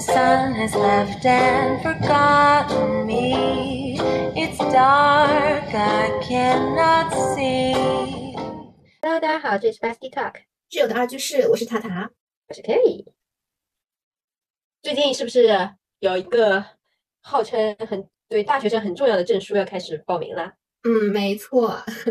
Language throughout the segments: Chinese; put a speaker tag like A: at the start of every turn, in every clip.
A: sun has left and forgotten me. It's dark, I cannot see.
B: Hello，大家好，这里是 Bestie Talk，
C: 挚友的二居室，我是塔塔。
B: 我是 Kerry。最近是不是有一个号称很对大学生很重要的证书要开始报名啦？
C: 嗯，没错，啊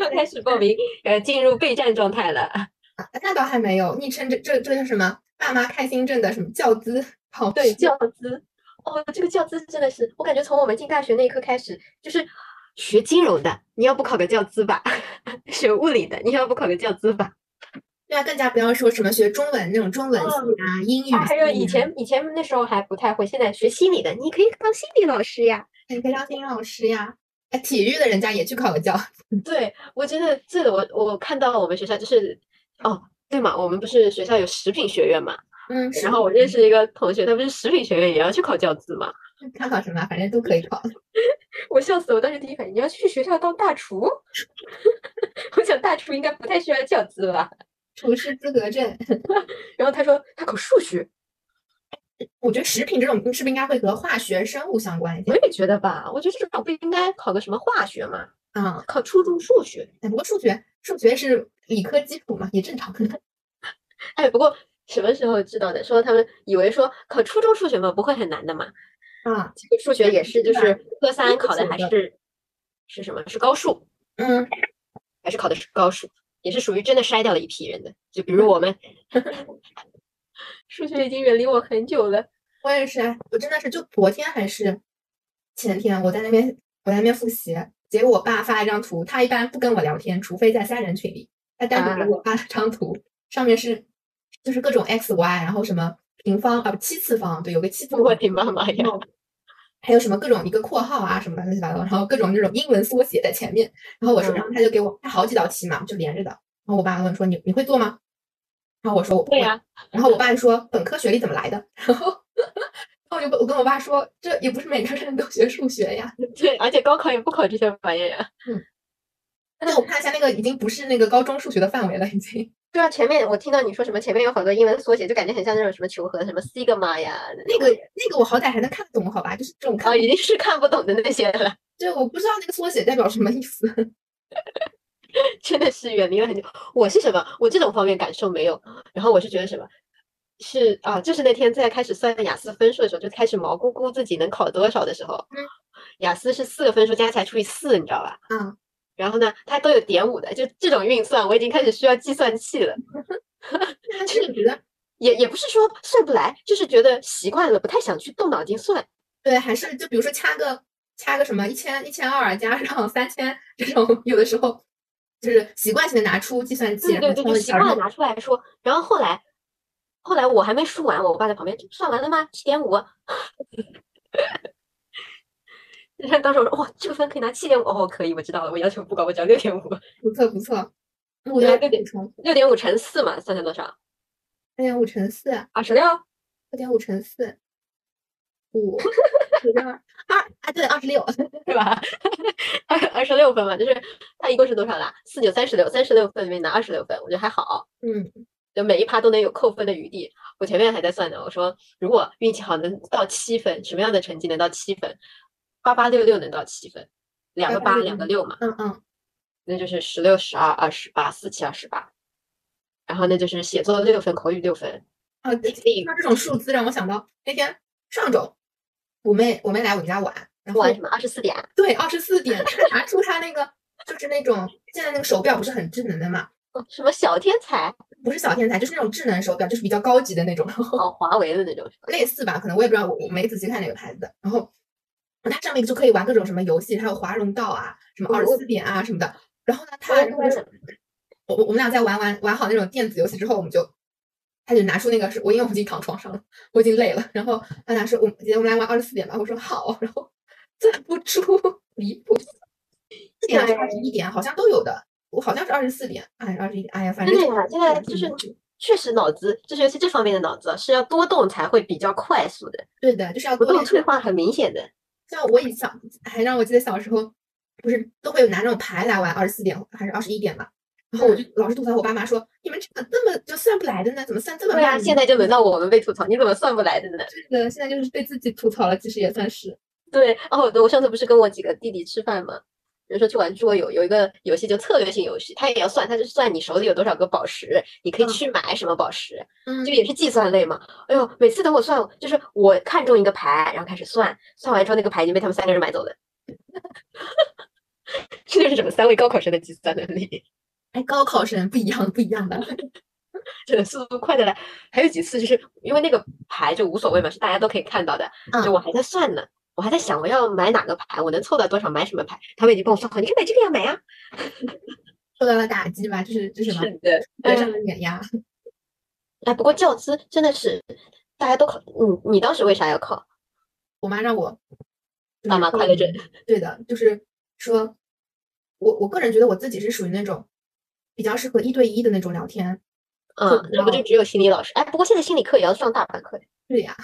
B: 要开始报名，呃，进入备战状态了。
C: 那倒还没有，昵称这这这叫什么？爸妈开心证的什么教资考
B: 对，
C: 试？
B: 教资，哦，这个教资真的是，我感觉从我们进大学那一刻开始，就是学金融的，你要不考个教资吧； 学物理的，你要不考个教资吧。
C: 对啊，更加不要说什么学中文那种中文系啊，英语系、
B: 啊
C: 啊，
B: 还有以前以前那时候还不太会，现在学心理的，你可以当心理老师呀。
C: 你可以当英语老师呀。哎，体育的人家也去考个教，
B: 对，我觉得这个我我看到我们学校就是，哦，对嘛，我们不是学校有食品学院嘛，
C: 嗯，是
B: 然后我认识一个同学，他不是食品学院也要去考教资嘛，
C: 他考什么啊，反正都可以考。
B: 我笑死，我当时第一反应，你要去学校当大厨？ 我想大厨应该不太需要教资吧。
C: 厨师资格证，
B: 然后他说他考数学，
C: 我觉得食品这种是不是应该会和化学、生物相关一些
B: 我？也觉得吧，我觉得这种不应该考个什么化学嘛，
C: 嗯，
B: 考初中数学。
C: 哎不过数学，数学是理科基础嘛，也正常。
B: 哎，不过什么时候知道的？说他们以为说考初中数学嘛，不会很难的嘛。
C: 啊，
B: 这个数学也是，就
C: 对
B: 是科三
C: 不
B: 考的
C: 久
B: 还
C: 的
B: 是是什么？是高数。
C: 嗯，
B: 还是考的是高数，也是属于真的筛掉了一批人的。就比如我们， 数学已经远离我很久了。
C: 我也是啊，我真的是就昨天还是前天，我在那边我在那边复习，结果我爸发了一张图，他一般不跟我聊天，除非在家人群里，他单独
B: 啊
C: 给我发了张图，上面是就是各种 x y，然后什么平方啊不七次方，对，有个七次
B: 我
C: 方，
B: 的妈妈哎呀！
C: 还有什么各种一个括号啊什么乱七八糟，然后各种这种英文缩写在前面，然后我说，
B: 嗯
C: 然后他就给我他好几道题嘛，就连着的，然后我爸问说你你会做吗？然后我说我
B: 对
C: 会
B: 呀、
C: 然后我爸就说本科学历怎么来的？ 然后，然后我就跟我跟我爸说，这也不是每个人都学数学呀。
B: 对，而且高考也不考这些玩意儿呀。
C: 但我看一下那个已经不是那个高中数学的范围了，已经。
B: 对啊，前面我听到你说什么，前面有好多英文缩写，就感觉很像那种什么求和，什么 sigma 呀，
C: 那个那个我好歹还能看得懂，好吧？就是这种看
B: 啊，，已经是看不懂的那些了，
C: 对，我不知道那个缩写代表什么意思。
B: 真的是远离了很久。我是什么？我这种方面感受没有。然后我是觉得什么？是啊，就是那天在开始算雅思分数的时候，就开始毛估估自己能考多少的时候，
C: 嗯
B: 雅思是四个分数加起来除以四，你知道吧？
C: 嗯，
B: 然后呢，它都有点五的，就这种运算，我已经开始需要计算器了。
C: 但是你觉得
B: 也也不是说算不来，就是觉得习惯了，不太想去动脑筋算。
C: 对，还是就比如说掐个掐个什么一千一千二加上三千这种，有的时候就是习惯性的拿出计算器，
B: 对
C: 然
B: 对
C: 后
B: 对，
C: 敲
B: 就
C: 一
B: 习
C: 敲，
B: 惯
C: 然
B: 了
C: 后
B: 拿出来说。然后后来，后来我还没输完，我爸在旁边算完了吗？七点五。 然后当时我说哇，这个分可以拿七点五哦，可以，我知道了，我要求不高，我只要六点五，
C: 不错不错。我
B: 对
C: 要
B: 对对
C: 补充，
B: 六点五乘四嘛，算成多少？
C: 二点五乘四，
B: 二十六。
C: 二点五乘四， 五除以二二啊，对，二十六。
B: 对吧？ 二二十六分嘛，就是它一共是多少啦？四九三十六，三十六分里面拿二十六分，我觉得还好，
C: 嗯，
B: 就每一趴都能有扣分的余地。我前面还在算呢，我说如果运气好能到七分，什么样的成绩能到七分？八八六六能到七分，两个八，
C: 8866
B: 两个六嘛，
C: 嗯嗯，
B: 那就是十六、十二、二十八，四七二十八。然后那就是写作六分，口语六分，
C: 啊，对
B: 听力
C: 听到这种数字让我想到那天上周，我妹我妹来我们家玩，然后
B: 玩什么二十四点啊，
C: 对二十四点，她拿出她那个就是那种现在那个手表不是很智能的嘛，
B: 哦什么小天才，
C: 不是小天才，就是那种智能手表，就是比较高级的那种，然后
B: 哦，华为的那种，
C: 类似吧，可能我也不知道，我我没仔细看哪个牌子的。然后它上面就可以玩各种什么游戏，还有华容道啊，什么
B: 我
C: 二十
B: 哦我
C: 四点啊什么的。然后呢，他
B: 我
C: 然后就是我我我们俩在玩玩玩好那种电子游戏之后，我们就他就拿出那个是我，因为我已经躺床上了，我已经累了。然后他拿出我们姐姐我们来玩二十四点吧，我说好，啊然后 算不出 离谱，一点还是二十一点，好像都有的，我好像是二十四点，哎，二十一点，哎呀，反正
B: 真的
C: 就
B: 呀，现在就是确实脑子，就是尤其这方面的脑子啊是要多动才会比较快速的，
C: 对的，就是要
B: 不
C: 多
B: 动
C: 练
B: 退化很明显的。
C: 像我以前还让我记得小时候，不是都会有拿那种牌来玩二十四点还是二十一点嘛？然然后我就
B: 嗯
C: 老是吐槽我爸妈说，你们这个那么就算不来的呢，怎 么算这么
B: 对
C: 慢
B: 啊，
C: 呢？
B: 现在就轮到我们被吐槽，你怎么算不来的呢？
C: 是的，现在就是被自己吐槽了，其实也算是。
B: 对，哦，对，我上次不是跟我几个弟弟吃饭嘛，比如说去玩桌游，有一个游戏就策略性游戏，它也要算，它就算你手里有多少个宝石，你可以
C: 嗯
B: 去买什么宝石，
C: 嗯
B: 就也是计算类嘛。哎呦，每次等我算，就是我看中一个牌，然后开始算，算完之后那个牌已经被他们三个人买走了。 这就是什么三位高考生的计算能力，
C: 哎，高考生不一样，不一样的。
B: 真的速度快的来。还有几次就是因为那个牌就无所谓嘛，是大家都可以看到的，就
C: 嗯
B: 我还在算呢，我还在想我要买哪个牌，我能凑到多少买什么牌。他们已经帮我算好，你可以买这个呀，买呀。
C: 受到了打击吧，就是就是什么
B: 的，
C: 对上
B: 嗯
C: 的碾压。
B: 哎，不过教资真的是大家都考，嗯，你当时为啥要考？
C: 我妈让我就
B: 爸
C: 是
B: 妈
C: 过
B: 快乐着
C: 年。对的，就是说，我我个人觉得我自己是属于那种比较适合一对一的那种聊天。
B: 嗯，那不就只有心理老师？哎，不过现在心理课也要上大班课。
C: 对呀、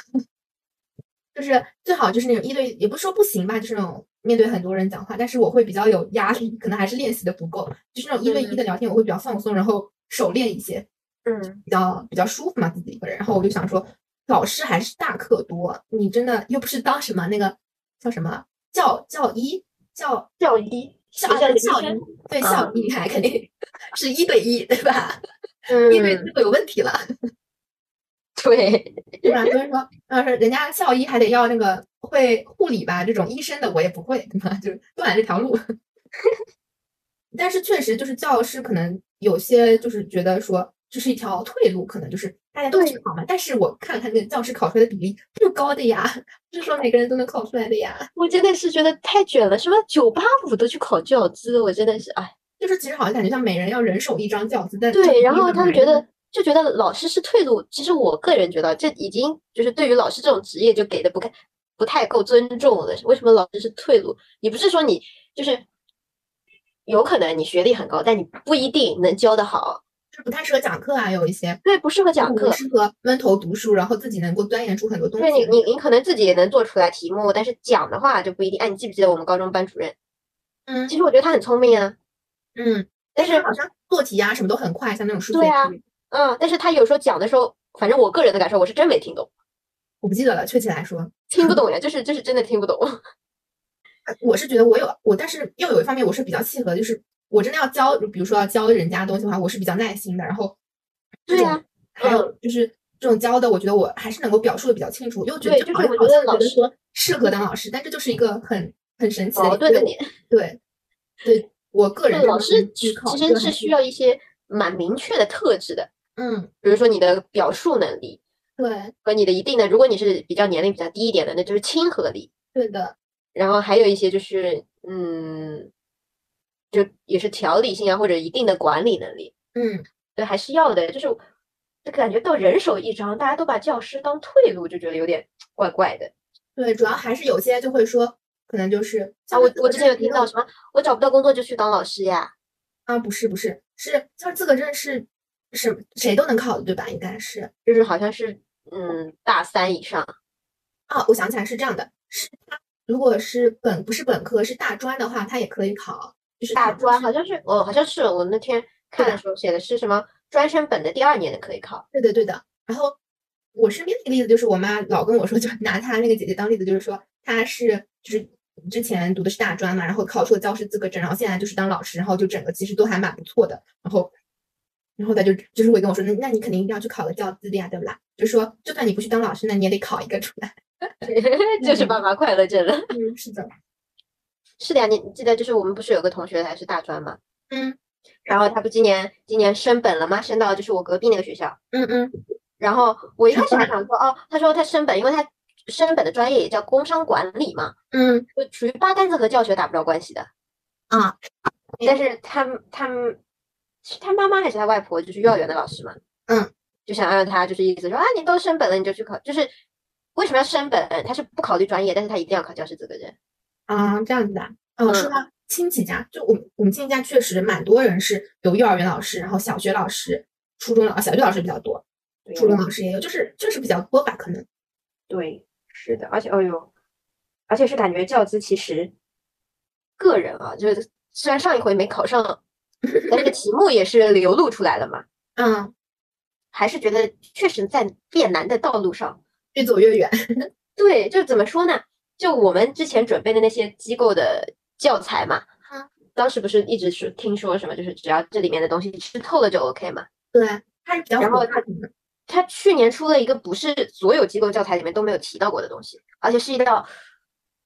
C: 就是最好就是那种一对，也不是说不行吧，就是那种面对很多人讲话，但是我会比较有压力，可能还是练习的不够。就是那种一对一的聊天，我会比较放松，然后熟练一些。
B: 嗯，
C: 比较比较舒服嘛，自己一个人。然后我就想说，老师还是大课多，你真的又不是当什么那个叫什么教教一教
B: 教一
C: 校
B: 学校的医
C: 校
B: 生
C: 医，对校
B: 嗯
C: 医，你还肯定 是一对一对吧？一对
B: 嗯，
C: 一会有问题了，
B: 对，
C: 对吧？所以说，要是人家校医还得要那个会护理吧，这种医生的我也不会，对吧？ 就是断了这条路。 但是确实就是教师可能有些就是觉得说这是一条退路，可能就是大家都去考嘛。但是我看看那个教师考出来的比例不高的呀， 不是说每个人都能考出来的呀。
B: 我真的是觉得太卷了，什么九八五都去考教资，我真的是哎。
C: 就是其实好像感觉像每人要人手一张教资，但这个
B: 对，然
C: 比例
B: 后
C: 很
B: 他们
C: 难
B: 觉得就觉得老师是退路。其实我个人觉得，这已经就是对于老师这种职业就给的不太不太够尊重了。为什么老师是退路？你不是说你就是有可能你学历很高，但你不一定能教得好，
C: 就是不太适合讲课啊，有一些
B: 对，不适合讲
C: 不
B: 课。
C: 适合闷头读书，然后自己能够钻研出很多东
B: 对你，
C: 西。
B: 你你可能自己也能做出来题目，但是讲的话就不一定。哎，你记不记得我们高中班主任？
C: 嗯
B: 其实我觉得他很聪明啊，
C: 嗯，
B: 但是
C: 好像做题啊什么都很快，像那种数学
B: 对啊
C: 题
B: 嗯，但是他有时候讲的时候，反正我个人的感受，我是真没听懂，
C: 我不记得了，确切来说，
B: 听不懂呀，就是就是真的听不懂。
C: 呃我是觉得我有我，但是又有一方面我是比较契合，就是我真的要教，比如说要教人家东西的话，我是比较耐心的。然后这
B: 对
C: 种，
B: 啊
C: 还有就是这种教的，我觉得我还是能够表述的比较清楚，又觉得
B: 对
C: 这
B: 就是
C: 好像
B: 我
C: 好
B: 觉得
C: 像
B: 老师
C: 说适合当老师，但这就是一个很很神奇的
B: 矛
C: 一
B: 哦盾的
C: 个
B: 点。
C: 对对，我个人
B: 对，
C: 真
B: 老
C: 的
B: 师
C: 去
B: 其
C: 考
B: 其
C: 这
B: 实
C: 个
B: 是
C: 还
B: 需要一些蛮明确的特质的，
C: 嗯
B: 比如说你的表述能力
C: 对
B: 和你的一定的，如果你是比较年龄比较低一点的，那就是亲和力。
C: 对的
B: 然后还有一些就是嗯，就也是条理性啊，或者一定的管理能力，
C: 嗯
B: 对，还是要的。就是就感觉到人手一张，大家都把教师当退路，就觉得有点怪怪的啊
C: 对，主要还是有些就会说，可能就是
B: 啊。
C: 像
B: 我
C: 是
B: 我
C: 自
B: 之前有
C: 个证
B: 听
C: 一
B: 到
C: 个
B: 什么，我找不到工作就去当老师呀，
C: 啊，不是不是，是像资格证是是谁都能考的对吧？应该是。
B: 就是好像是嗯大三以上，
C: 啊，我想起来是这样的，是他如果是本不是本科是大专的话，他也可以考，就是
B: 大
C: 他不
B: 专
C: 是
B: 好像是，哦，好像是我那天看的
C: 吧
B: 时候写的是什么专升本的第二年的可以考，
C: 对的对的。然后我身边的一个例子就是，我妈老跟我说，就 拿她那个姐姐当例子，就是说她是就是之前读的是大专嘛，然后考出了教师资格证，然后现在就是当老师，然后就整个其实都还蛮不错的。然后然后她就就是会跟我说，那那你肯定一定要去考个教资的呀，对不啦？就说就算你不去当老师，那你也得考一个出来。
B: 就是
C: 嗯
B: 爸妈快乐着了。
C: 嗯，是的，
B: 是的呀，你你记得就是我们不是有个同学还是大专嘛，
C: 嗯
B: 然后他不今年今年升本了吗？升到就是我隔壁那个学校，
C: 嗯嗯
B: 然后我一
C: 升
B: 开始还
C: 本
B: 想说，哦，他说他升本，因为他升本的专业也叫工商管理嘛，
C: 嗯
B: 就属于八竿子和教学打不着关系的。
C: 啊，
B: 但是他们他们是他妈妈还是他外婆，就是幼儿园的老师嘛，
C: 嗯，
B: 就想让他就是意思说啊，你都升本了，你就去考，就是为什么要升本？他是不考虑专业，但是他一定要考教师资格证。
C: 啊，这样子的啊。哦，说
B: 嗯
C: 到亲戚家，就我们我们亲戚家确实蛮多人是有幼儿园老师，然后小学老师、初中老小学老师比较多，初中老师也有，就是就是比较多吧，可能。
B: 对，是的，而且，哎呦，而且是感觉教资其实个人啊，就是虽然上一回没考上咱这个题目也是流露出来了嘛，
C: 嗯，
B: 还是觉得确实在变难的道路上。
C: 越走越远。
B: 对，就是怎么说呢？就我们之前准备的那些机构的教材嘛，
C: 嗯
B: 当时不是一直是听说什么，就是只要这里面的东西吃透了就 OK 嘛。
C: 对，它是比较
B: 然后
C: 火大的
B: 他去年出了一个不是所有机构教材里面都没有提到过的东西，而且是一道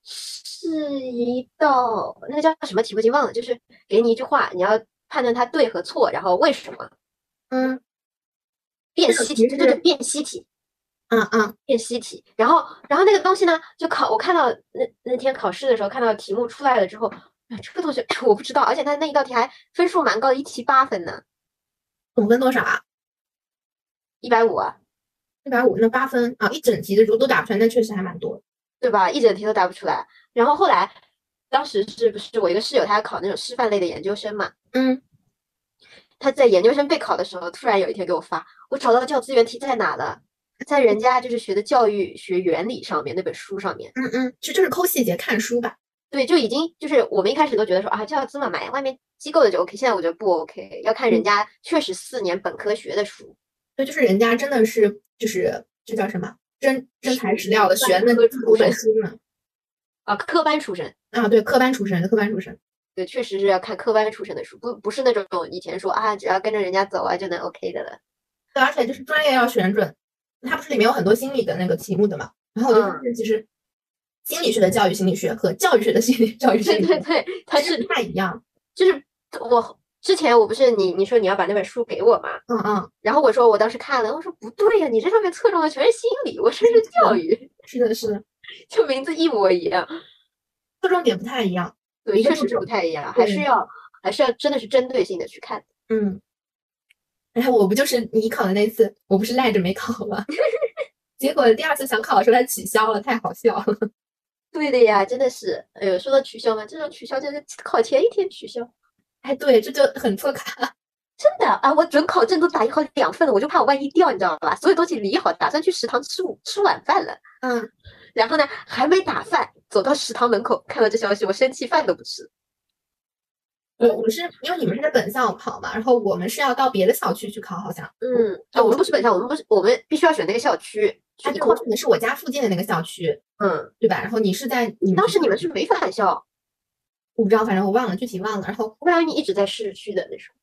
B: 是一道那个叫什么题我已经忘了，就是给你一句话，你要判断它对和错，然后为什么
C: 嗯
B: 辨
C: 这个
B: 析
C: 其
B: 题，
C: 实
B: 对对对，
C: 是
B: 辨析题。
C: 嗯嗯
B: 辨析题，然后然后那个东西呢，就考我看到那那天考试的时候看到题目出来了之后，哎这个同学 我不知道，而且他那一道题还分数蛮高的，一题八分呢，
C: 总分多少啊？
B: 一百五啊，
C: 一百五那八分啊，一整题的如果都打不出来，那确实还蛮多的。
B: 对吧？一整题都答不出来。然后后来当时是不是我一个室友他考那种师范类的研究生嘛？
C: 嗯，
B: 他在研究生备考的时候，突然有一天给我发，我找到教资源题在哪了，在人家就是学的教育学原理上面那本书上面。
C: 嗯嗯，就就是抠细节看书吧。
B: 对，就已经就是我们一开始都觉得说啊，教资嘛买外面机构的就 OK，现在我觉得不 OK，要看人
C: 嗯
B: 家确实四年本科学的书，
C: 对，就是人家真的是就是这叫什么真真材实料的
B: 是
C: 学那
B: 科
C: 个
B: 出
C: 书本
B: 身
C: 心嘛。
B: 啊，科班出身，
C: 啊，对，科班出身，科班出身。
B: 对，确实是要看科班出身的书，不不是那种以前说啊，只要跟着人家走啊就能 OK 的了。
C: 对，而且就是专业要选准，它不是里面有很多心理的那个题目的嘛。然后我就发
B: 嗯
C: 现，其实心理学的教育心理学和教育学的心理教育心
B: 对
C: 理
B: 对
C: 学
B: 对，它
C: 还是
B: 是
C: 不太一样。
B: 就是我之前我不是你你说你要把那本书给我嘛，
C: 嗯嗯，
B: 然后我说我当时看了，我说不对呀、你这上面侧重的全是心理，我说是
C: 嗯
B: 教育，
C: 是的，是的，
B: 就名字一模一样。
C: 侧重点不太一样。
B: 对，
C: 一个
B: 确
C: 步
B: 实
C: 骤
B: 不太一样，还是
C: 对
B: 要还是要真的是针对性的去看。
C: 嗯，然后我不就是你考的那次，我不是赖着没考吗？ 结果第二次想考的时候，它取消了，太好笑了。
B: 对的呀，真的是，哎呦，说到取消嘛，这种取消就是考前一天取消，
C: 哎，对，这就很错卡。
B: 真的啊，我准考证都打印好两份了，我就怕我万一掉，你知道吧？所有东西理好，打算去食堂吃午吃晚饭了，
C: 嗯，
B: 然后呢还没打饭，走到食堂门口看到这消息，我生气饭都不吃。
C: 我我是因为你们是在本校考嘛，然后我们是要到别的校区去考，好像。
B: 嗯，啊，我们不是本校，我们不是我们必须要选那个校区去
C: 哎，
B: 一
C: 对，
B: 块
C: 我
B: 儿。
C: 选的是我家附近的那个校区，
B: 嗯，
C: 对吧？然后你是在你
B: 当
C: 是
B: 时你
C: 在
B: 们是没返校，
C: 我不知道，反正我忘了具体忘了。然后
B: 我感觉你一直在市区的那时候。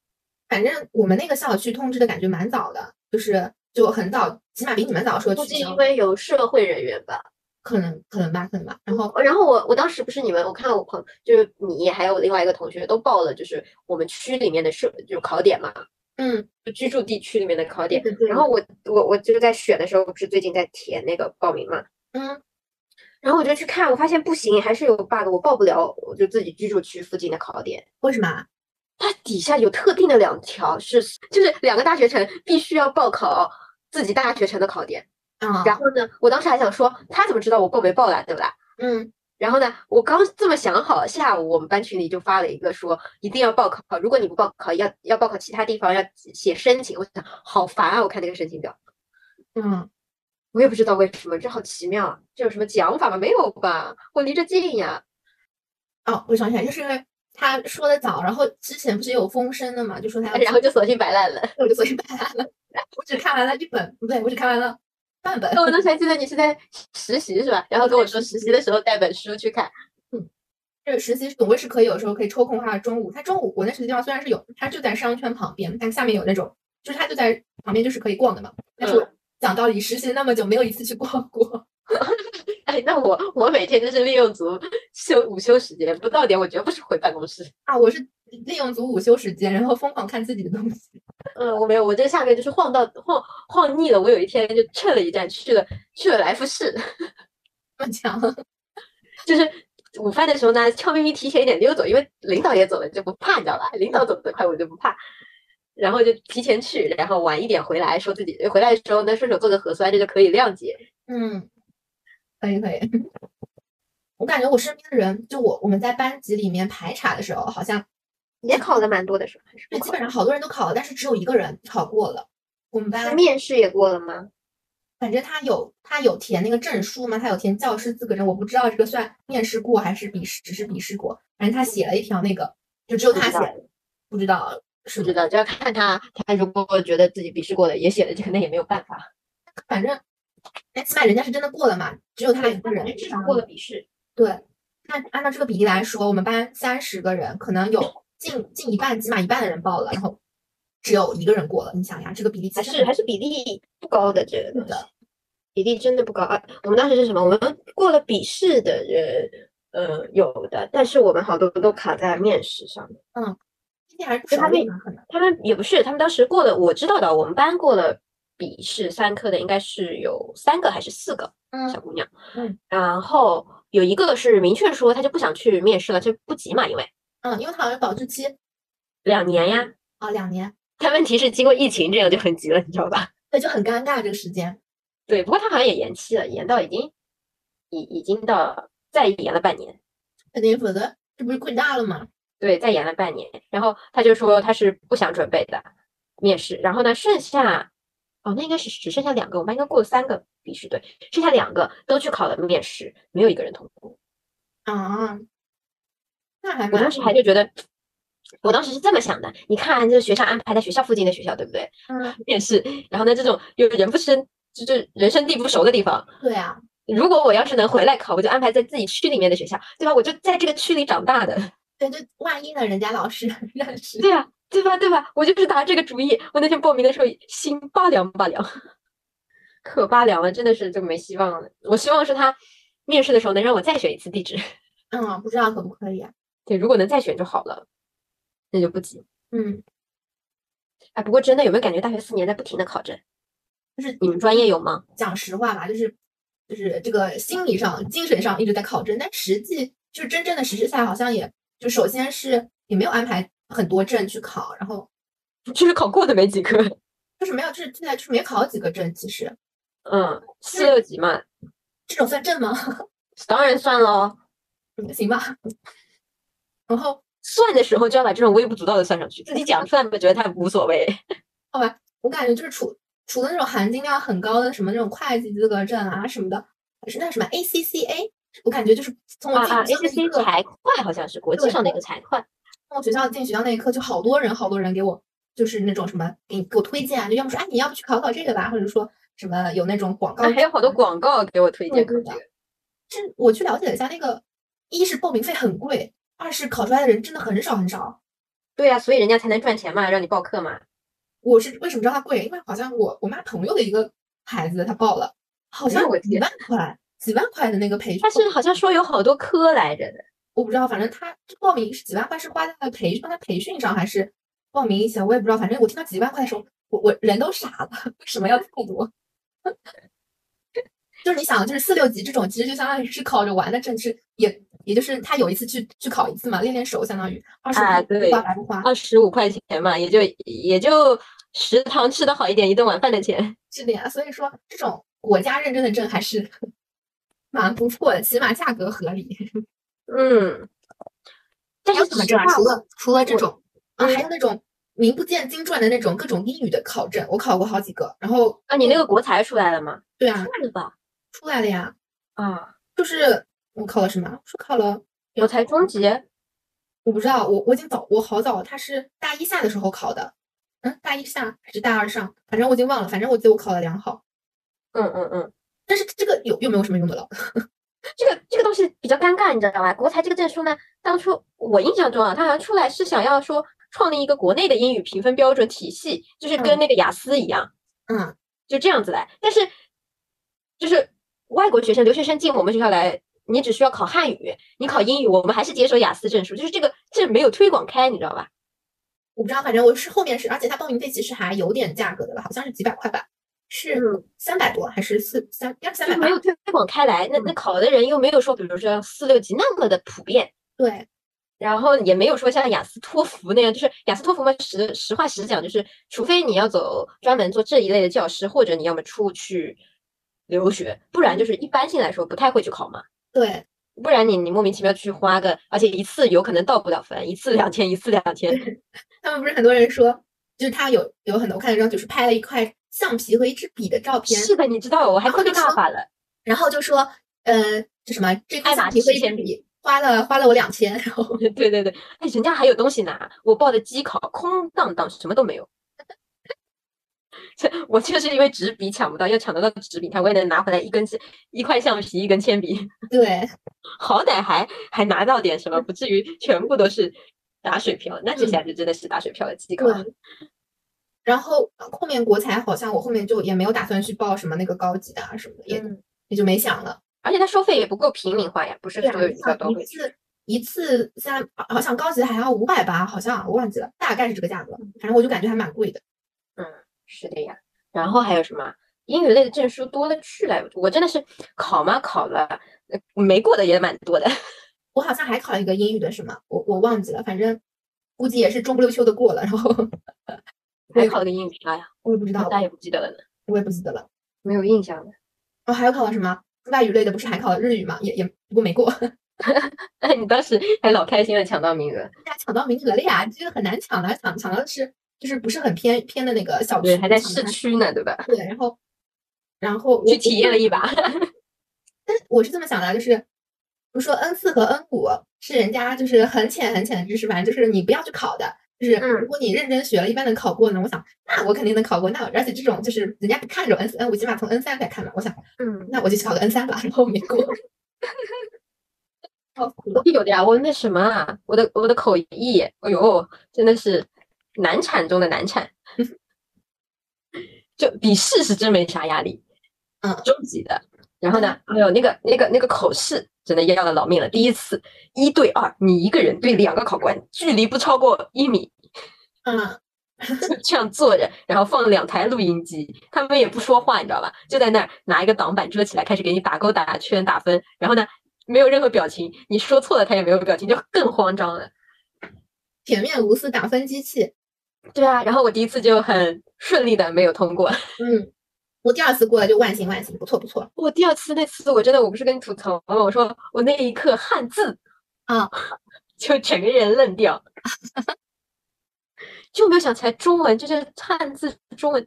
C: 反正我们那个校区通知的感觉蛮早的，就是就很早，起码比你们早说
B: 估计
C: 取
B: 因
C: 消，
B: 为有社会人员吧。
C: 可能可能吧，可能吧。然后
B: 呃然后我我当时不是你们，我看到我朋就是你还有另外一个同学都报了，就是我们区里面的社就考点嘛，
C: 嗯，
B: 就居住地区里面的考
C: 对
B: 点。
C: 对对，
B: 然后我我我就在选的时候，不是最近在填那个报名嘛，
C: 嗯
B: 然后我就去看，我发现不行，还是有 bug，我报不了，我就自己居住区附近的考点。
C: 为什么啊？
B: 它底下有特定的两条是，就是两个大学城必须要报考自己大学城的考点。
C: 啊
B: 然后呢，我当时还想说，他怎么知道我报没报啦，对不啦？
C: 嗯
B: 然后呢，我刚这么想好，下午我们班群里就发了一个说一定要报考，如果你不报考，要要报考其他地方，要写申请。我想好烦啊！我看那个申请表，
C: 嗯，
B: 我也不知道为什么，这好奇妙啊！这有什么讲法吗？没有吧？我离这近呀。
C: 哦，我想起来，就是因为他说的早，然后之前不是有风声的嘛，就说他要
B: 然后就索性摆烂了。
C: 我就所以摆烂了， 我只看完了一本，不对，我只看完了半本
B: 那。我当时还记得你是在实习是吧？然后跟我说实习的时候带本书去看。
C: 这个实习总归是可以，有时候可以抽空花到中午。它中午我那实习地方虽然是有，它就在商圈旁边，但下面有那种，就是它就在旁边，就是可以逛的嘛。但是我讲道理，实习那么久，没有一次去逛过。
B: 哎，那我我每天就是利用足休午休时间，不到点我绝不是回办公室。
C: 啊，我是利用足午休时间，然后疯狂看自己的东西。
B: 嗯，我没有，我这下面就是晃到晃晃腻了。我有一天就蹭了一站去了去了来福士，
C: 这么强，
B: 就是午饭的时候呢，悄咪咪提前一点溜走，因为领导也走了，就不怕，你知道吧？领导走得快，我就不怕。然后就提前去，然后晚一点回来，说自己回来的时候呢，顺手做个核酸，这就可以谅解。
C: 嗯，可以可以。我感觉我身边的人，就我我们在班级里面排查的时候，好像
B: 也考了蛮多的是吧？还是不
C: 对基
B: 考
C: 本上好多人都考了，但是只有一个人考过了。我们班
B: 那面试也过了吗？
C: 反正他有他有填那个证书嘛，他有填教师资格证，我不知道这个算面试过还是笔试，只是笔试过。反正他写了一条那个，就只有
B: 不
C: 他
B: 知
C: 写
B: 道
C: 的，不知道是
B: 不知道，就要看他，他如果觉得自己笔试过了，也写了这个，那也没有办法。
C: 反正，哎，起码人家是真的过了嘛，只有他一个人
B: 至少过了笔试。
C: 对，那按照这个比例来说，我们班三十个人，可能有近近一半，起码一半的人报了，然后只有一个人过了。你想呀，这个比例
B: 还
C: 其实
B: 是还是比例不高的这个东
C: 是
B: 西
C: 的，
B: 比例真的不高啊！我们当时是什么？我们过了笔试的人，呃，有的，但是我们好多都卡在面试上面。
C: 今天还是
B: 就他
C: 少一
B: 那
C: 点可能。
B: 他们也不是，他们当时过了，我知道的，我们班过了笔试三科的，应该是有三个还是四个小
C: 嗯
B: 姑娘，
C: 嗯，
B: 然后有一个是明确说她就不想去面试了，就不急嘛，因为
C: 嗯，因为它好像有保质期
B: 两年呀。
C: 啊，两年，
B: 但问题是经过疫情，这样就很急了，你知道吧？
C: 对，就很尴尬这个时间。
B: 对，不过他好像也延期了，延到已经已已经到再延了半年，
C: 肯定，否则这不是亏大了吗？
B: 对，再延了半年。然后他就说他是不想准备的面试，然后呢，剩下哦，那应该是只剩下两个，我们班应该过了三个笔试，对，剩下两个都去考了面试，没有一个人通过。
C: 啊，那还
B: 我
C: 蛮
B: 当时还就觉得，我当时是这么想的，你看这学校安排在学校附近的学校，对不对？
C: 嗯，
B: 面试，然后呢，这种又人不生，就就人生地不熟的地方，
C: 对啊，
B: 如果我要是能回来考，我就安排在自己区里面的学校，对吧？我就在这个区里长大的，
C: 对，就万一呢，人家老师 认 识，
B: 对啊，对吧？对吧？我就是打这个主意。我那天报名的时候，心拔凉拔凉， 可拔凉了，真的是就没希望了。我希望是他面试的时候能让我再选一次地址，
C: 嗯，不知道可不可以啊？
B: 对，如果能再选就好了，那就不急。
C: 嗯，
B: 哎，不过真的有没有感觉大学四年在不停的考证？
C: 就是
B: 你们专业有吗？
C: 讲实话吧，就是就是这个心理上、精神上一直在考证，但实际就是真正的实施下来，好像也就首先是也没有安排很多证去考，然后
B: 就是考过的没几科。
C: 就是没有，就是现在就是没考几个证，其实
B: 嗯，四六级嘛，
C: 这种算证吗？
B: 当然算喽。
C: 嗯行吧。 然后
B: 算的时候就要把这种微不足道的算上去，自己讲出来嘛，觉得它无所谓。
C: 我感觉就是除除了那种含金量很高的什么那种会计资格证啊什么的，是那什么 ACCA，我感觉就是从我
B: 啊
C: 进
B: 啊
C: 学校那一
B: ，ACC
C: 刻，
B: 财会好像是国际
C: 对
B: 上的一个财会。
C: 从我学校进学校那一刻，就好多人好多人给我就是那种什么给你给我推荐啊，就要么说哎你要不去考考这个吧，或者说什么有那种广告
B: 啊，还有好多广告给我推荐
C: 对
B: 考
C: 对
B: 这
C: 的
B: 个。。
C: 这我去了解了一下，那个一是报名费很贵，二是考出来的人真的很少很少。
B: 对呀、所以人家才能赚钱嘛，让你报课嘛。
C: 我是为什么知道它贵？因为好像我我妈朋友的一个孩子他报了，好
B: 哎
C: 像
B: 我
C: 几
B: 天
C: 万块几万块的那个培训，
B: 但是好像说有好多科来着的，
C: 我不知道，反正他这报名是几万块是花在了培帮他培训上，还是报名一些我也不知道。反正我听到几万块的时候，我我人都傻了， 为什么要这么多？ 就是你想，就是四六级这种，其实就相当于是考着玩的证，是也也就是他有一次去去考一次嘛，练练手，相当于二十
B: 啊
C: 五
B: 对
C: 花白不花
B: 二十五块钱嘛，也就也就食堂吃的好一点，一顿晚饭的钱。
C: 是的呀。所以说，这种国家认证的证还是 蛮不错的，起码价格合理。
B: 嗯，但
C: 还有
B: 是
C: 什么
B: 实
C: 证啊？
B: 话
C: 除了除了这
B: 我
C: 种啊，
B: 嗯
C: 还有那种名不见经传的那种各种英语的考证，我考过好几个。然后
B: 啊，你那个国财出来了吗？
C: 对
B: 出
C: 啊，
B: 来了吧？
C: 出来了呀，嗯
B: 啊，
C: 就是我考了什么？是考了
B: 国财中级
C: 我不知道，我我已经早，我好早，他是大一下的时候考的，嗯，大一下还是大二上，反正我已经忘了，反正我记得我考了两好。
B: 嗯嗯嗯，
C: 但是这个有又没有什么用的了，
B: 这个这个东西比较尴尬，你知道吧？国财这个证书呢，当初我印象中啊，它好像出来是想要说创立一个国内的英语评分标准体系，就是跟
C: 嗯
B: 那个雅思一样，
C: 嗯，
B: 就这样子来。但是就是外国学生、留学生进我们学校来，你只需要考汉语，你考英语，我们还是接受雅思证书，就是这个证没有推广开，你知道吧？
C: 我不知道，反正我是后面是，而且他报名费其实还有点价格的吧，好像是几百块吧，是
B: 嗯，
C: 三百多还是四三，要是三
B: 就
C: 百
B: 没
C: 八，
B: 有推广开来。那那考的人又没有说，比如说四六级那么的普遍。
C: 对，
B: 然后也没有说像雅思托福那样，就是雅思托福嘛，实实话实讲，就是除非你要走专门做这一类的教师，或者你要么出去留学，不然就是一般性来说不太会去考嘛，
C: 对，
B: 不然你你莫名其妙去花个，而且一次有可能到不了分，一次两千，一次两千，
C: 他们不是很多人说，就是他有有很多，我看到之后就是拍了一块橡皮和一支笔的照片，
B: 是 的，你知道我还
C: 然后
B: 看
C: 就
B: 大
C: 说
B: 法了，
C: 然后就说，呃，这什么这块
B: 爱
C: 橡
B: 马
C: 皮和
B: 仕
C: 一支
B: 铅笔
C: 笔，花了花了我两千，然后
B: 对对对，哎，人家还有东西拿，我报的机考空荡荡，什么都没有。 这我就是因为纸笔抢不到，要抢得到纸笔，他我也能拿回来一根一块橡皮，一根铅笔，
C: 对，
B: 好歹还还拿到点什么，不至于全部都是打水漂。那这下
C: 嗯
B: 就真的是打水漂的机考。
C: 对然后后面国财好像我后面就也没有打算去报什么那个高级的啊什么的，也
B: 嗯，
C: 也就没想了。
B: 而且他收费也不够平民化呀，不是
C: 对
B: 所
C: 啊，
B: 有
C: 你
B: 学校
C: 想
B: 都会
C: 一。次一次三，好像高级的还要五百吧，好像我忘记了，大概是这个价格。
B: 嗯
C: 反正我就感觉还蛮贵的。
B: 是的呀，然后还有什么英语类的证书多了去了，我真的是考嘛考了，呃没过的也蛮多的。
C: 我好像还考了一个英语的什么，我我忘记了，反正估计也是中不溜秋的过了。然后
B: 还
C: 对
B: 考了个英语，哎呀，
C: 我也不知道
B: 大，家也不记得了呢，
C: 我也不记得了。
B: 没有印象了。
C: 然后还有考了什么外语类的，不是还考了日语嘛，也也不过没 过，人
B: 哎， 你当时还老开心的抢到名额，
C: 家抢到名额了哎呀，这个很难抢的，抢抢到的是就是不是很偏偏的那个小区，
B: 对，还在
C: 抢
B: 市
C: 的
B: 区呢，对吧？
C: 对，然后然后我
B: 去体验了一把，
C: 但是我是这么想的，啊就是比如说 N 四和 N 五是人家就是很浅很浅的知识，反正就是你不要去考的。就是
B: 嗯
C: 如果你认真学了，一般能考过呢。我想，那我肯定能考过。那而且这种就是人家不看这种 N 四 N 五，起码从 N 三开始看嘛。我想，
B: 嗯，
C: 那我就去考个 N 三吧，然后没 过。笑死了！
B: 有的呀。我那什么啊，我的我的口译，哎呦，真的是难产中的难产， 就笔试是真没啥压力，
C: 嗯
B: 中级的。然后呢，还有那个那个那个口试，真的要了老命了。第一次一对二，你一个人对两个考官，距离不超过一米，
C: 嗯，
B: 就 这样坐着，然后放两台录音机，他们也不说话，你知道吧？就在那儿拿一个挡板遮起来，开始给你打勾、打圈、打分，然后呢，没有任何表情，你说错了他也没有表情，就更慌张了。
C: 铁面无私打分机器。
B: 对啊，然后我第一次就很顺利的没有通过。
C: 嗯，我第二次过了就万幸万幸，不错不错。
B: 我第二次那次，我真的我不是跟你吐槽吗？我说我那一刻汉字
C: 啊，
B: 就整个人愣掉，就没有想起来中文就是汉字中文，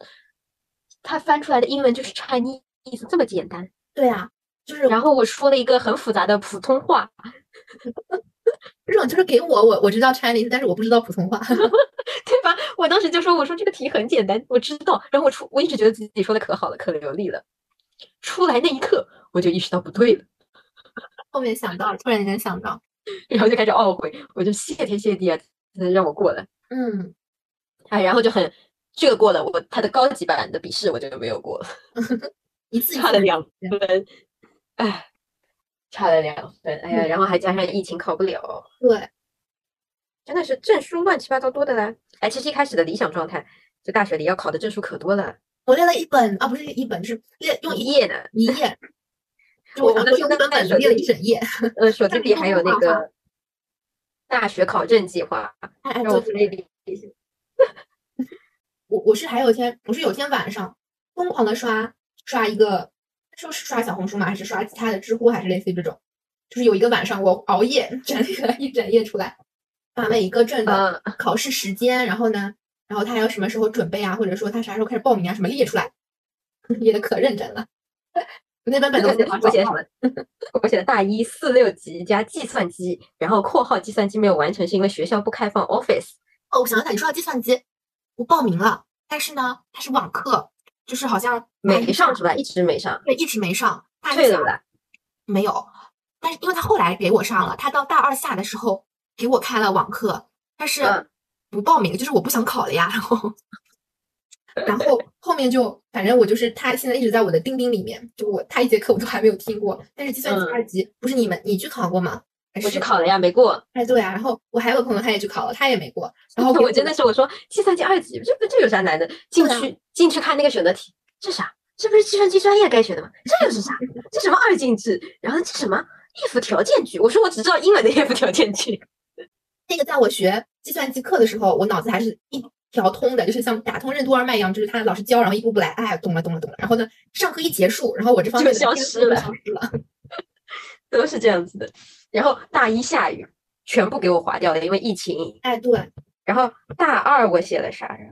B: 它翻出来的英文就是 Chinese 这么简单。
C: 对啊，就是
B: 然后我说了一个很复杂的普通话，
C: 这种就是给我我我知道 Chinese，但是我不知道普通话。
B: 对吧？我当时就说，我说这个题很简单，我知道。然后我出，我一直觉得自己说的可好了，可流利了。出来那一刻，我就意识到不对了，
C: 后面想到了，突然间想到，
B: 然后就开始懊悔，我就谢天谢地啊，真的让我过了。
C: 嗯。
B: 哎，然后就很这个过了，我他的高级版的笔试我就没有过，
C: 一次一
B: 差
C: 次
B: 了
C: 的
B: 两
C: 对
B: 分，哎，差了两分，哎呀，
C: 嗯
B: 然后还加上疫情考不了，
C: 对，
B: 真的是证书乱七八糟多的啦。哎，其实一开始的理想状态，就大学里要考的证书可多了。
C: 我列了一本啊，不是一本，是列用
B: 一
C: 一
B: 页呢，
C: 一页。就
B: 我
C: 想
B: 们的
C: 说
B: 是
C: 用
B: 那
C: 一本
B: 个
C: 本子
B: 手
C: 列了一
B: 机
C: 整页，
B: 呃，手机
C: 但
B: 里
C: 是
B: 还
C: 中
B: 有那
C: 国好像
B: 个大学考证计划，
C: 哎哎，
B: 让我
C: 就
B: 回
C: 是
B: 忆了一下
C: 我我是还有一天，我是有一天晚上疯狂的刷刷一个，说是刷小红书吗？还是刷其他的知乎，还是类似于这种？就是有一个晚上我熬夜整理了一整页出来，把每一个证的
B: 啊，
C: 考试时间，然后呢，然后他要什么时候准备啊，或者说他啥时候开始报名啊，什么列出来， 列的可认真了。 那本本子 我
B: 感
C: 现
B: 觉
C: 在还
B: 我写
C: 找
B: 的
C: 不
B: 什
C: 到
B: 么？我写的大一四六级加计算机，然后括号计算机没有完成，是因为学校不开放 Office。
C: 哦，我想起来，你说到计算机，我报名了，但是呢，它是网课，就是好像大一
B: 没上是吧？一直没上，
C: 对，一直没上，大一
B: 退了
C: 下
B: 吧？
C: 没有，但是因为他后来给我上了，他到大二下的时候给我开了网课，但是
B: 嗯
C: 不报名，就是我不想考了呀，然后。然后后面就，反正我就是他现在一直在我的钉钉里面，就我他一节课我都还没有听过。但是计算机
B: 嗯
C: 二级、不是你们你去考过吗？还
B: 我
C: 是
B: 去考了呀，没过。
C: 哎对啊，然后我还有个朋友他也去考了，他也没过。然后 给
B: 我真的是我说计算机二级，这不这有啥难的？进
C: 对啊
B: 去进去看那个选择题，这啥？这不是计算机专业该学的吗？这又是啥？这什么二进制？然后这什么 if 条件句？我说我只知道英文的 if 条件句。
C: 那个在我学计算机课的时候，我脑子还是一条通的，就是像打通任督二脉一样，就是他老师教，然后一步步来，哎，懂了，懂了，懂了。然后呢，上课一结束，然后我这方
B: 就
C: 面的
B: 消
C: 天
B: 失
C: 赋就
B: 了
C: 消失了。
B: 都是这样子的。然后大一下雨，全部给我划掉了，因为疫情。
C: 哎，对，
B: 然后大二我写了啥呀？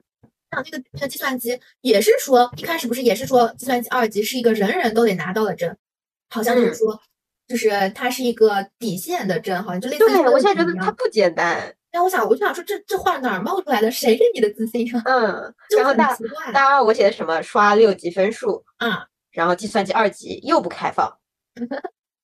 C: 像这个这个计算机也是说，一开始不是也是说计算机二级是一个人人都得拿到的证，好像就是
B: 嗯
C: 说就是它是一个底线的针，好像就类似于
B: 对，我
C: 问
B: 现在觉
C: 题
B: 得
C: 一
B: 它
C: 样。
B: 不简单。
C: 但我想，我就想说这，这画哪儿冒出来的？谁给你的自信啊？
B: 嗯，
C: 就
B: 然后
C: 很
B: 大
C: 奇怪
B: 大二我写的什么刷六级分数，
C: 啊！
B: 然后计算机二级又不开 放，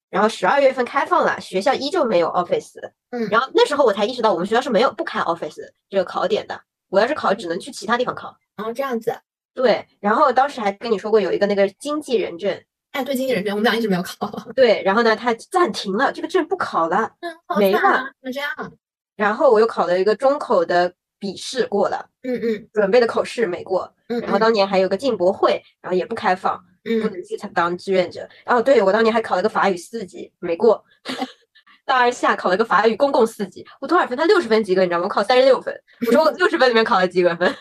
B: 然后十二月份开放了，学校依旧没有 Office。
C: 嗯
B: 然后那时候我才意识到，我们学校是没有不开 Office 这个考点的。我要是考，只能去其他地方考。
C: 然后这样子，
B: 对，然后当时还跟你说过有一个那个经纪人证，
C: 哎，对经纪人证，我们俩一直没有考，
B: 对，然后呢他暂停了，这个证不考了。
C: 嗯，好
B: 没
C: 惨
B: 了
C: 啊，怎么这样？
B: 然后我又考了一个中口的笔试过了，
C: 嗯嗯
B: 准备的口试没过，
C: 嗯，
B: 然后当年还有个进博会，然后也不开放，
C: 嗯
B: 不
C: 嗯
B: 能去参当志愿者。哦，对，我当年还考了个法语四级，没过。 大二下考了个法语公共四级，我多少分？他六十分及格，你知道吗？我考三十六分。我说我六十分里面考了几个分？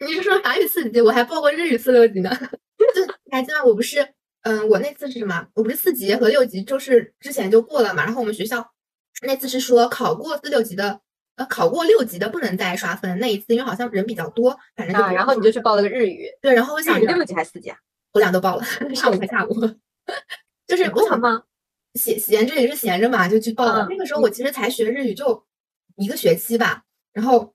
C: 你是说法语四级，我还报过日语四六级呢。 就你还记得我不是，嗯，我那次是什么？我不是四级和六级，就是之前就过了嘛。然后我们学校那次是说考过四六级的，呃，考过六级的不能再刷分。那一次因为好像人比较多，反正就
B: 啊，
C: 不
B: 然后你就去报了个日语，
C: 对，然后我想
B: 日语
C: 着
B: 六级还是四级啊？
C: 我俩都报了， 上午和下午。就是
B: 你
C: 我
B: 过了
C: 想
B: 吗？
C: 闲闲着也是闲着嘛，就去报了。
B: 嗯
C: 那个时候我其实才学日语就一个学期吧，然后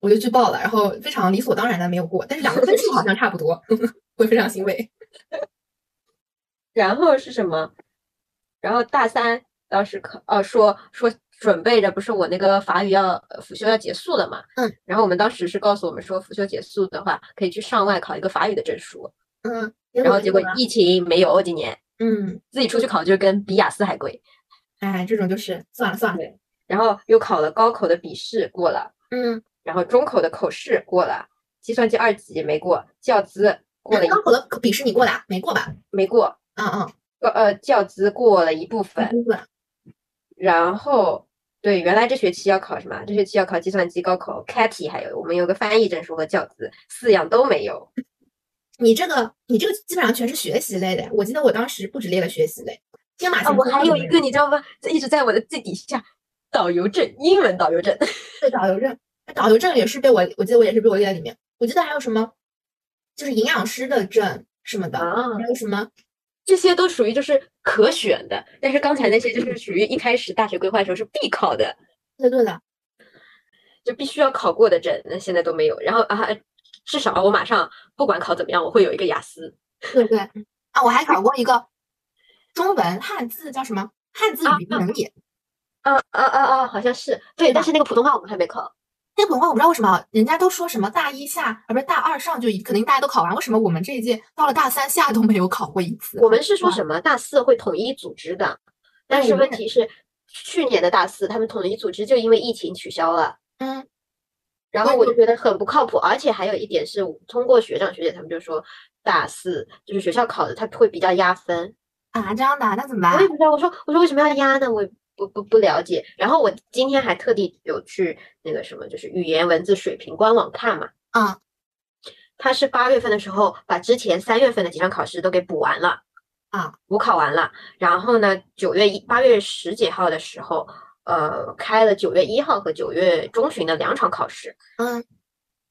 C: 我就去报了，然后非常理所当然的没有过，但是两个分数好像差不多， 我非常欣慰。
B: 然后是什么？然后大三当时考，呃，说说准备着，不是我那个法语要呃辅修要结束了嘛，
C: 嗯，
B: 然后我们当时是告诉我们说，辅修结束的话，可以去上外考一个法语的证书，
C: 嗯，
B: 然后结果疫情没有今年，
C: 嗯，
B: 自己出去考就跟比雅思还贵，
C: 哎，这种就是算了算了，
B: 然后又考了高考的笔试过了，
C: 嗯，
B: 然后中考的口试过了，计算机二级没过，教资过了一
C: 高考的笔试你过了啊没过吧？
B: 没过，
C: 嗯嗯，
B: 呃呃教资过了一部分，
C: 没过。
B: 然后对，原来这学期要考什么？啊这学期要考计算机高考、CAT，还有我们有个翻译证书和教资，四样都没 有。
C: 你这个你这个基本上全是学习类的，我记得我当时不止列了学习类，天马
B: 啊，
C: 行
B: 我
C: 空
B: 还
C: 都
B: 有
C: 没
B: 一个，你知道吗？这一直在我的最底下，导游证，英文导游证。
C: 对，导游证，导游证也是被我，我记得我也是被我列在里面。我记得还有什么，就是营养师的证什么的，
B: 啊
C: 还有什么，
B: 这些都属于就是可选的，但是刚才那些就是属于一开始大学规划的时候是必考的，
C: 对对的，
B: 就必须要考过的证，那现在都没有。然后啊，至少我马上不管考怎么样，我会有一个雅思。
C: 对对。啊，我还搞过一个中文汉字叫什么汉字
B: 啊
C: 语言能力，
B: 啊啊啊啊！好像是对，
C: 对
B: 但
C: 吧
B: 是那个普通话我们还没考。
C: 那普通话我不知道为什么，人家都说什么大一下啊，不是大二上就已肯定大家都考完，为什么我们这一届到了大三下都没有考过一次？
B: 我们是说
C: 哇
B: 什么大四会统一组织的，但
C: 对
B: 是
C: 我
B: 问
C: 们
B: 题是去年的大四他们统一组织就因为疫情取消了，
C: 嗯，
B: 然
C: 对
B: 后我就
C: 对
B: 觉得很不靠谱，而且还有一点是通过学长学姐他们就说大四就是学校考的他会比较压分，
C: 啊，这样的啊那怎么
B: 我
C: 办
B: 也？不知道，我说我说为什么要压呢？我也不不不了解。然后我今天还特地有去那个什么，就是语言文字水平官网看嘛，
C: 嗯，
B: 它是八月份的时候把之前三月份的几场考试都给补完了
C: 啊，
B: 补考完了。然后呢，九月一八月十几号的时候，呃，开了九月一号和九月中旬的两场考试。
C: 嗯，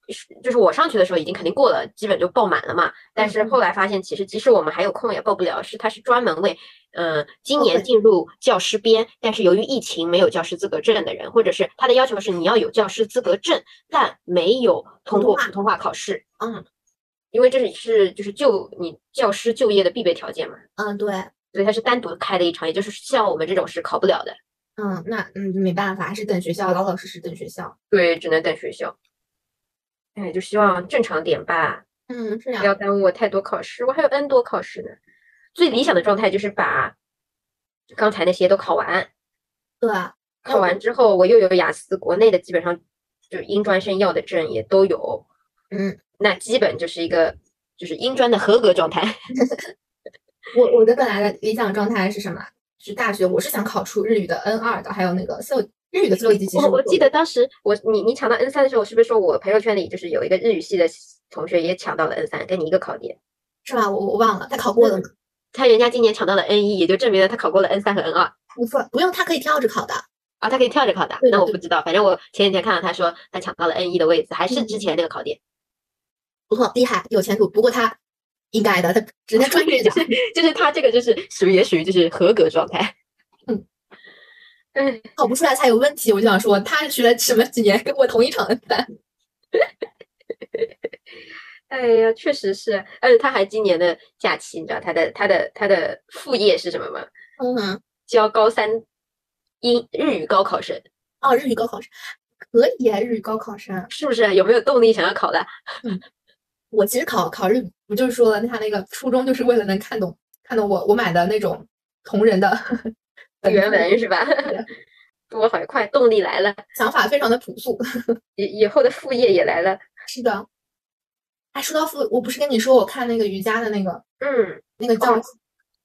B: 是就是我上去的时候已经肯定过了，基本就报满了嘛。但是
C: 嗯
B: 后来发现，其实即使我们还有空也报不了，是它是专门为，呃，今
C: 哦
B: 年
C: 对
B: 进入教师编，但是由于疫情没有教师资格证的人，或者是他的要求是你要有教师资格证，但没有通
C: 通
B: 过
C: 话
B: 普通话考试。
C: 嗯，
B: 因为这里是就是就你教师就业的必备条件嘛，
C: 嗯，对，
B: 所以它是单独开的一场，也就是像我们这种是考不了的。
C: 嗯，那嗯没办法，还是等学校，老老实实等学校。
B: 对，只能等学校。哎，就希望正常点吧。
C: 嗯，是这样
B: 不。要耽误我太多考试，我还有 N 多考试呢。最理想的状态就是把刚才那些都考完，
C: 对啊，
B: 考完之后我又有雅思，国内的基本上就是英专生要的证也都有，
C: 嗯，
B: 那基本就是一个就是英专的合格状态。
C: 我我的本来的理想状态是什么？是大学，我是想考出日语的 N 二的，还有那个四六日语的四六级，其实
B: 我我
C: 就
B: 记得当时我你你抢到 N 三的时候，我是不是说我朋友圈里就是有一个日语系的同学也抢到了 N 三，跟你一个考点，
C: 是吧？我我忘了，他考过
B: 嗯
C: 了吗？
B: 他人家今年抢到了 N 一，也就证明了他考过了 N 三和 N 二。
C: 不错，不用，他可以跳着考的。
B: 啊，他可以跳着考的，
C: 对
B: 那
C: 的
B: 我
C: 对
B: 不知道，反正我前几天看到他说他抢到了 N 一的位置，还是之
C: 嗯
B: 前那个考点。
C: 不错，厉害，有前途。不过他应该的，他
B: 嗯
C: 直接穿越
B: 就
C: 讲。
B: 是就是他这个就是属于也属于就是合格状态。
C: 嗯，
B: 哎，
C: 考不出来才有问题。我就想说，他学了什么几年，跟我同一场的班，
B: 哎呀，确实是，而且他还今年的假期，你知道他的他的他的副业是什么吗？
C: 嗯啊，
B: 教高三英日语高考生，
C: 哦，日语高考生可以啊，日语高考生。
B: 是不啊是有没有动力想要考的？
C: 我其实考考日语，我就是说了，他那个初衷就是为了能看懂看懂我我买的那种同人的 本
B: 原
C: 子
B: 文是吧？ 多好，快，动力来了，
C: 想法非常的朴素。
B: 以以后的副业也来了。
C: 是的。哎，说到副，我不是跟你说我看那个瑜伽的那个
B: 嗯，
C: 那个
B: 哦
C: 叫，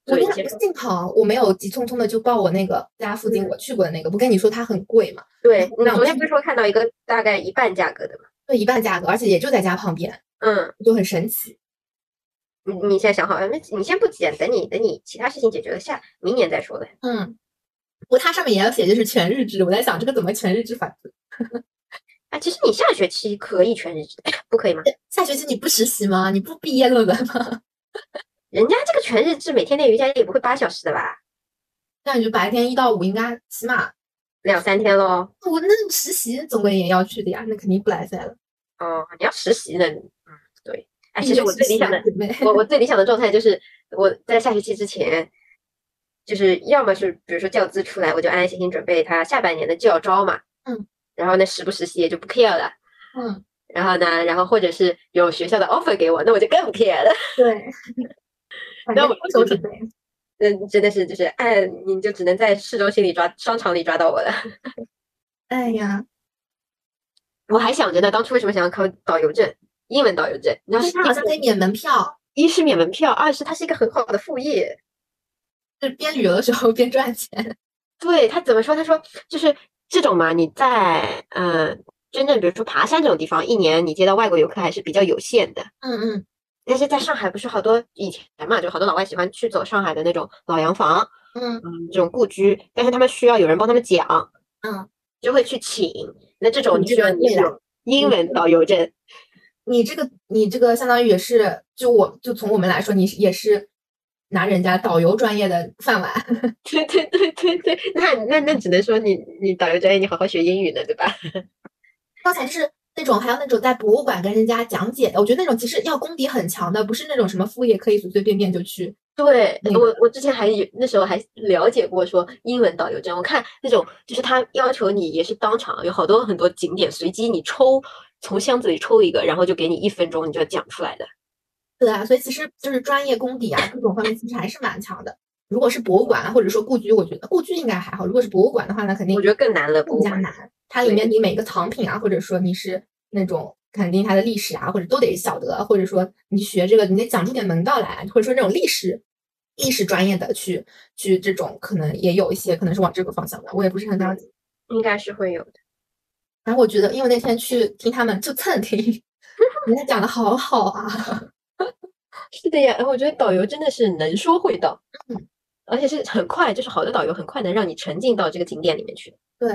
C: 我
B: 对
C: 那
B: 结束
C: 幸好我没没有急匆匆的就报我那个家附近
B: 嗯
C: 我去过的那个，不跟你说它很贵嘛，
B: 对，你
C: 那我
B: 昨天
C: 是
B: 不是说看到一个大概一半价格的吗？
C: 就一半价格，而且也就在家旁边，
B: 嗯，
C: 就很神奇。
B: 你你现在想好了，那你先不急，等你等你其他事情解决了下，明年再说呗。
C: 嗯，不，它上面也要写就是全日制，我在想这个怎么全日制法？
B: 啊，其实你下学期可以全日制， 不可以吗？
C: 下学期你不实习吗？你不毕业论文吗？
B: 人家这个全日制每天练瑜伽也不会八小时的吧？
C: 那你就白天一到五应该起码
B: 两三天喽。
C: 我那实习总归也要去的呀，那肯定不来塞了。
B: 哦，你要实习呢。嗯，对。哎，
C: 一
B: 其实
C: 学
B: 我
C: 期
B: 最理
C: 起
B: 想
C: 码
B: 的，
C: 准备
B: 我我最理想的状态就是我在下学期之前，就是要么是比如说教资出来，我就安安心心准备他下半年的教招嘛。
C: 嗯。
B: 然后呢，实不实习也就不 care 了。
C: 嗯，
B: 然后呢，然后或者是有学校的 offer 给我，那我就更不 care 了。
C: 对。反
B: 那
C: 正
B: 我
C: 不
B: 就
C: 求
B: 觉
C: 准
B: 得
C: 备。
B: 嗯，真的是就是，哎，你就只能在市中心里抓商场里抓到我了。
C: 哎呀，
B: 我还想着呢，当初为什么想要考导游证，英文导游证？你知道
C: 对，
B: 是
C: 它好像可以免门票，
B: 一是免门票，二是它是一个很好的副业。
C: 就是边旅游的时候边赚钱。
B: 对他怎么说？他说就是这种嘛，你在嗯、呃真正比如说爬山这种地方，一年你接到外国游客还是比较有限的。
C: 嗯嗯，
B: 但是在上海不是好多以前嘛，就好多老外喜欢去走上海的那种老洋房，
C: 嗯
B: 嗯，这种故居，但是他们需要有人帮他们讲，
C: 嗯，
B: 就会去请。那这种
C: 你
B: 就需
C: 这
B: 要
C: 个嗯
B: 你
C: 未来
B: 有英文导游证，
C: 你这个你这个相当于也是，就我就从我们来说，你是也是拿人家导游专业的饭碗。
B: 对对对对对，那那那只能说你你导游专业你好好学英语呢，对吧？
C: 刚才就是那种，还有那种在博物馆跟人家讲解的，我觉得那种其实要功底很强的，不是那种什么副业可以随随便便就去。
B: 对，
C: 那
B: 我我之前还有那时候还了解过说英文导游证，我看那种就是他要求你也是当场有好多很多景点随机你抽，从箱子里抽一个，然后就给你一分钟，你就要讲出来的。
C: 对啊，所以其实就是专业功底啊，各种方面其实还是蛮强的。如果是博物馆啊或者说故居，我觉得故居应该还好。如果是博物馆的话，那肯定
B: 我觉得更难了，
C: 更
B: 不
C: 加难。它里
B: 对
C: 面你每个藏品啊，或者说你是那种肯定它的历史啊，或者都得晓得，或者说你学这个你得讲出点门道来，或者说那种历史历史专业的去去这种可能也有一些可能是往这个方向的，我也不是很了
B: 嗯
C: 解。
B: 应该是会有的。
C: 然后我觉得，因为那天去听他们就蹭听， 人家讲的好好啊，
B: 是的呀，哎我觉得导游真的是能说会道，
C: 嗯，
B: 而且是很快，就是好的导游很快能让你沉浸到这个景点里面去。
C: 对，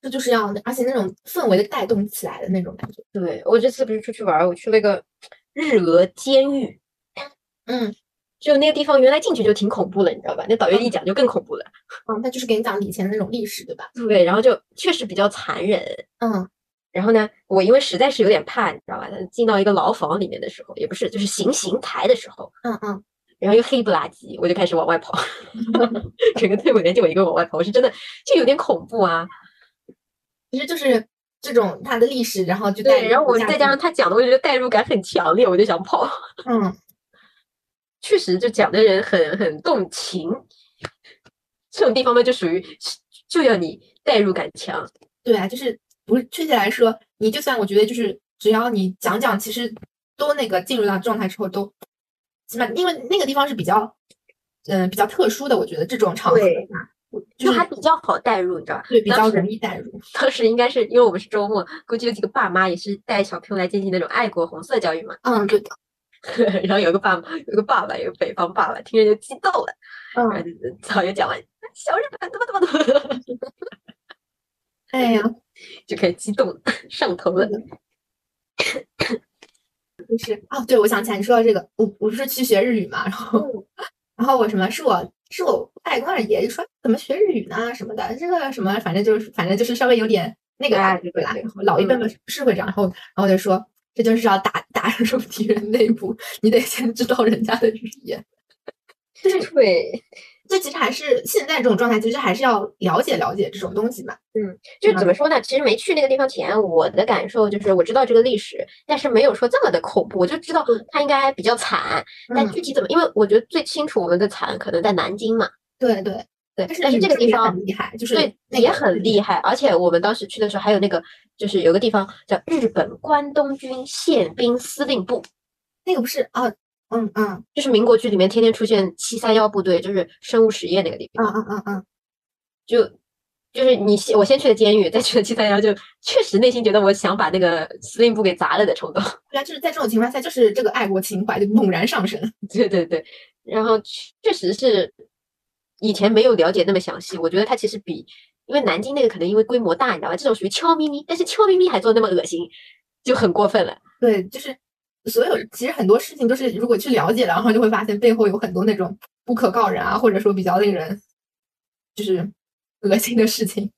C: 这就是要，而且那种氛围的带动起来的那种感觉，
B: 对，我这次不是出去玩儿，我去了一个日俄监狱，
C: 嗯，
B: 就那个地方原来进去就挺恐怖了，你知道吧？那导游一
C: 嗯
B: 讲就更恐怖了。
C: 哦，那就是给你讲以前的那种历史，对吧？
B: 对，然后就确实比较残忍。
C: 嗯
B: 然后呢，我因为实在是有点怕，你知道吧？进到一个牢房里面的时候，也不是，就是行刑台的时候，
C: 嗯嗯，
B: 然后又黑不拉几，我就开始往外跑， 整个队伍里面就我一个往外跑，我是真的就有点恐怖啊。
C: 其实就是这种它的历史，然后就带
B: 对，然后
C: 动
B: 我
C: 下
B: 再
C: 去
B: 加上他讲的，我就觉得代入感很强烈，我就想跑。
C: 嗯，
B: 确实，就讲的人很很动情，这种地方嘛，就属于就要你代入感强。
C: 对啊，就是不是确切来说，你就算我觉得就是只要你讲讲，其实都那个进入到状态之后都，起码因为那个地方是比较，嗯、比较特殊的，我觉得这种场合的
B: 对
C: 话，我就
B: 就是还比较好代入，你知道吧？
C: 对比
B: 当
C: 较
B: 时
C: 容易带入。
B: 当时应该是因为我们是周末，估计有几个爸妈也是带小朋友来进行那种爱国红色教育嘛。
C: 嗯，对的，
B: 然后有一个爸，有个爸爸，有个北方爸爸，听着就激动了， 然
C: 嗯，
B: 后就早就讲完小日本怎么怎么怎么，
C: 哎呀，
B: 嗯就开始激动了，上头了。
C: 就是哦，对，我想起来你说到这个，我我不是去学日语嘛，然后
B: 嗯
C: 然后我什么是我是我外公二爷就说怎么学日语呢什么的，这个什么反正就是反正就是稍微有点那个
B: 哎
C: 吧，
B: 对
C: 对吧
B: 对？嗯
C: 老一辈的是会这样，然后然后我就说这就是要打打入敌人内部，你得先知道人家的语言。
B: 对，
C: 这其实还是现在这种状态，其实还是要了解了解这种东西嘛。
B: 就
C: 嗯
B: 怎么说呢？其实没去那个地方前，我的感受就是我知道这个历史，但是没有说这么的恐怖，我就知道
C: 嗯
B: 它应该比较惨，但具体怎么，因为我觉得最清楚我们的惨可能在南京嘛，
C: 对对，
B: 对，
C: 但是
B: 但是
C: 你
B: 这个
C: 这个
B: 地
C: 也
B: 方
C: 很厉害，就是
B: 对
C: 那
B: 也
C: 个嗯
B: 很厉害，而且我们当时去的时候还有那个就是有个地方叫日本关东军宪兵司令部，
C: 那个不是啊，嗯嗯嗯
B: 就是民国剧里面天天出现七三幺部队，就是生物实验那个地方，
C: 嗯嗯嗯，
B: 就就是你先我先去的监狱，再去的七三幺，就确实内心觉得我想把那个司令部给砸了的冲动。
C: 对啊，就是在这种情况下，就是这个爱国情怀就猛然上升。
B: 对对对，然后确确实是以前没有了解那么详细，我觉得它其实比因为南京那个可能因为规模大，你知道吧？这种属于悄咪咪，但是悄咪咪还做那么恶心，就很过分了。
C: 对，就是所有其实很多事情都是如果去了解了，然后就会发现背后有很多那种不可告人啊，或者说比较令人就是恶心的事情。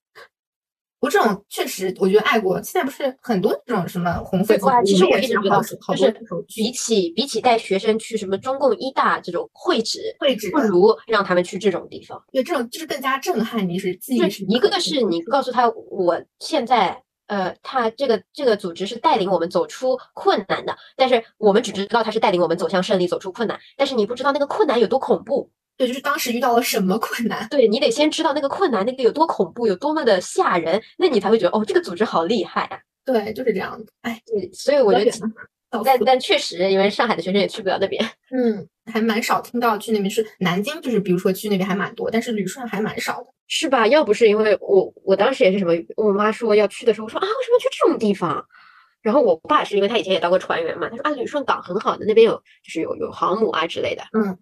C: 我这种确实，我觉得爱国现在不是很多这种什么红
B: 对
C: 色，
B: 哇，其实我一直觉得
C: 好，好
B: 就
C: 多
B: 是
C: 这种
B: 比起比起带学生去什么中共一大这种会址，
C: 位置
B: 不，如让他们去这种地方。
C: 对这种就是更加震撼你是记
B: 就
C: 忆
B: 是
C: 深
B: 一
C: 刻
B: 个
C: 的
B: 是你告诉他我现在呃，他这个这个组织是带领我们走出困难的，但是我们只知道他是带领我们走向胜利，走出困难，但是你不知道那个困难有多恐怖。
C: 对，就是当时遇到了什么困难，
B: 对你得先知道那个困难那个有多恐怖，有多么的吓人，那你才会觉得哦，这个组织好厉害啊。
C: 对，就是这样的。哎，
B: 对，所以我
C: 扯
B: 觉得
C: 远
B: 其，
C: 了到
B: 但
C: 此
B: 但确实，因为上海的学生也去不了那边。
C: 嗯，还蛮少听到去那边是南京，就是比如说去那边还蛮多，但是旅顺还蛮少的。
B: 是吧？要不是因为我，我当时也是什么，我妈说要去的时候，我说啊，为什么去这种地方？然后我爸是因为他以前也当过船员嘛，他说啊，旅顺港很好的，那边有就是有有航母啊之类的。
C: 嗯。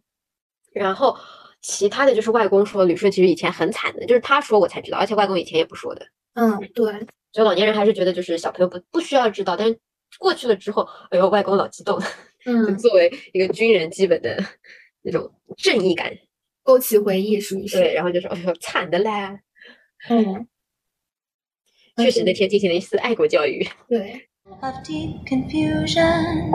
B: 然后其他的就是外公说旅顺其实以前很惨的，就是他说我才知道，而且外公以前也不说的。
C: 嗯，对，
B: 所以老年人还是觉得就是小朋友不不需要知道，但是过去了之后，哎呦，外公老激动了，就
C: 嗯，
B: 作为一个军人基本的那种正义感，
C: 勾起回忆属于
B: 对，
C: 是，
B: 然后就说哎呦惨的嘞。
C: 嗯，
B: 确实
C: 嗯
B: 那天进行了一次爱国教育。
C: 对，
A: of deep confusion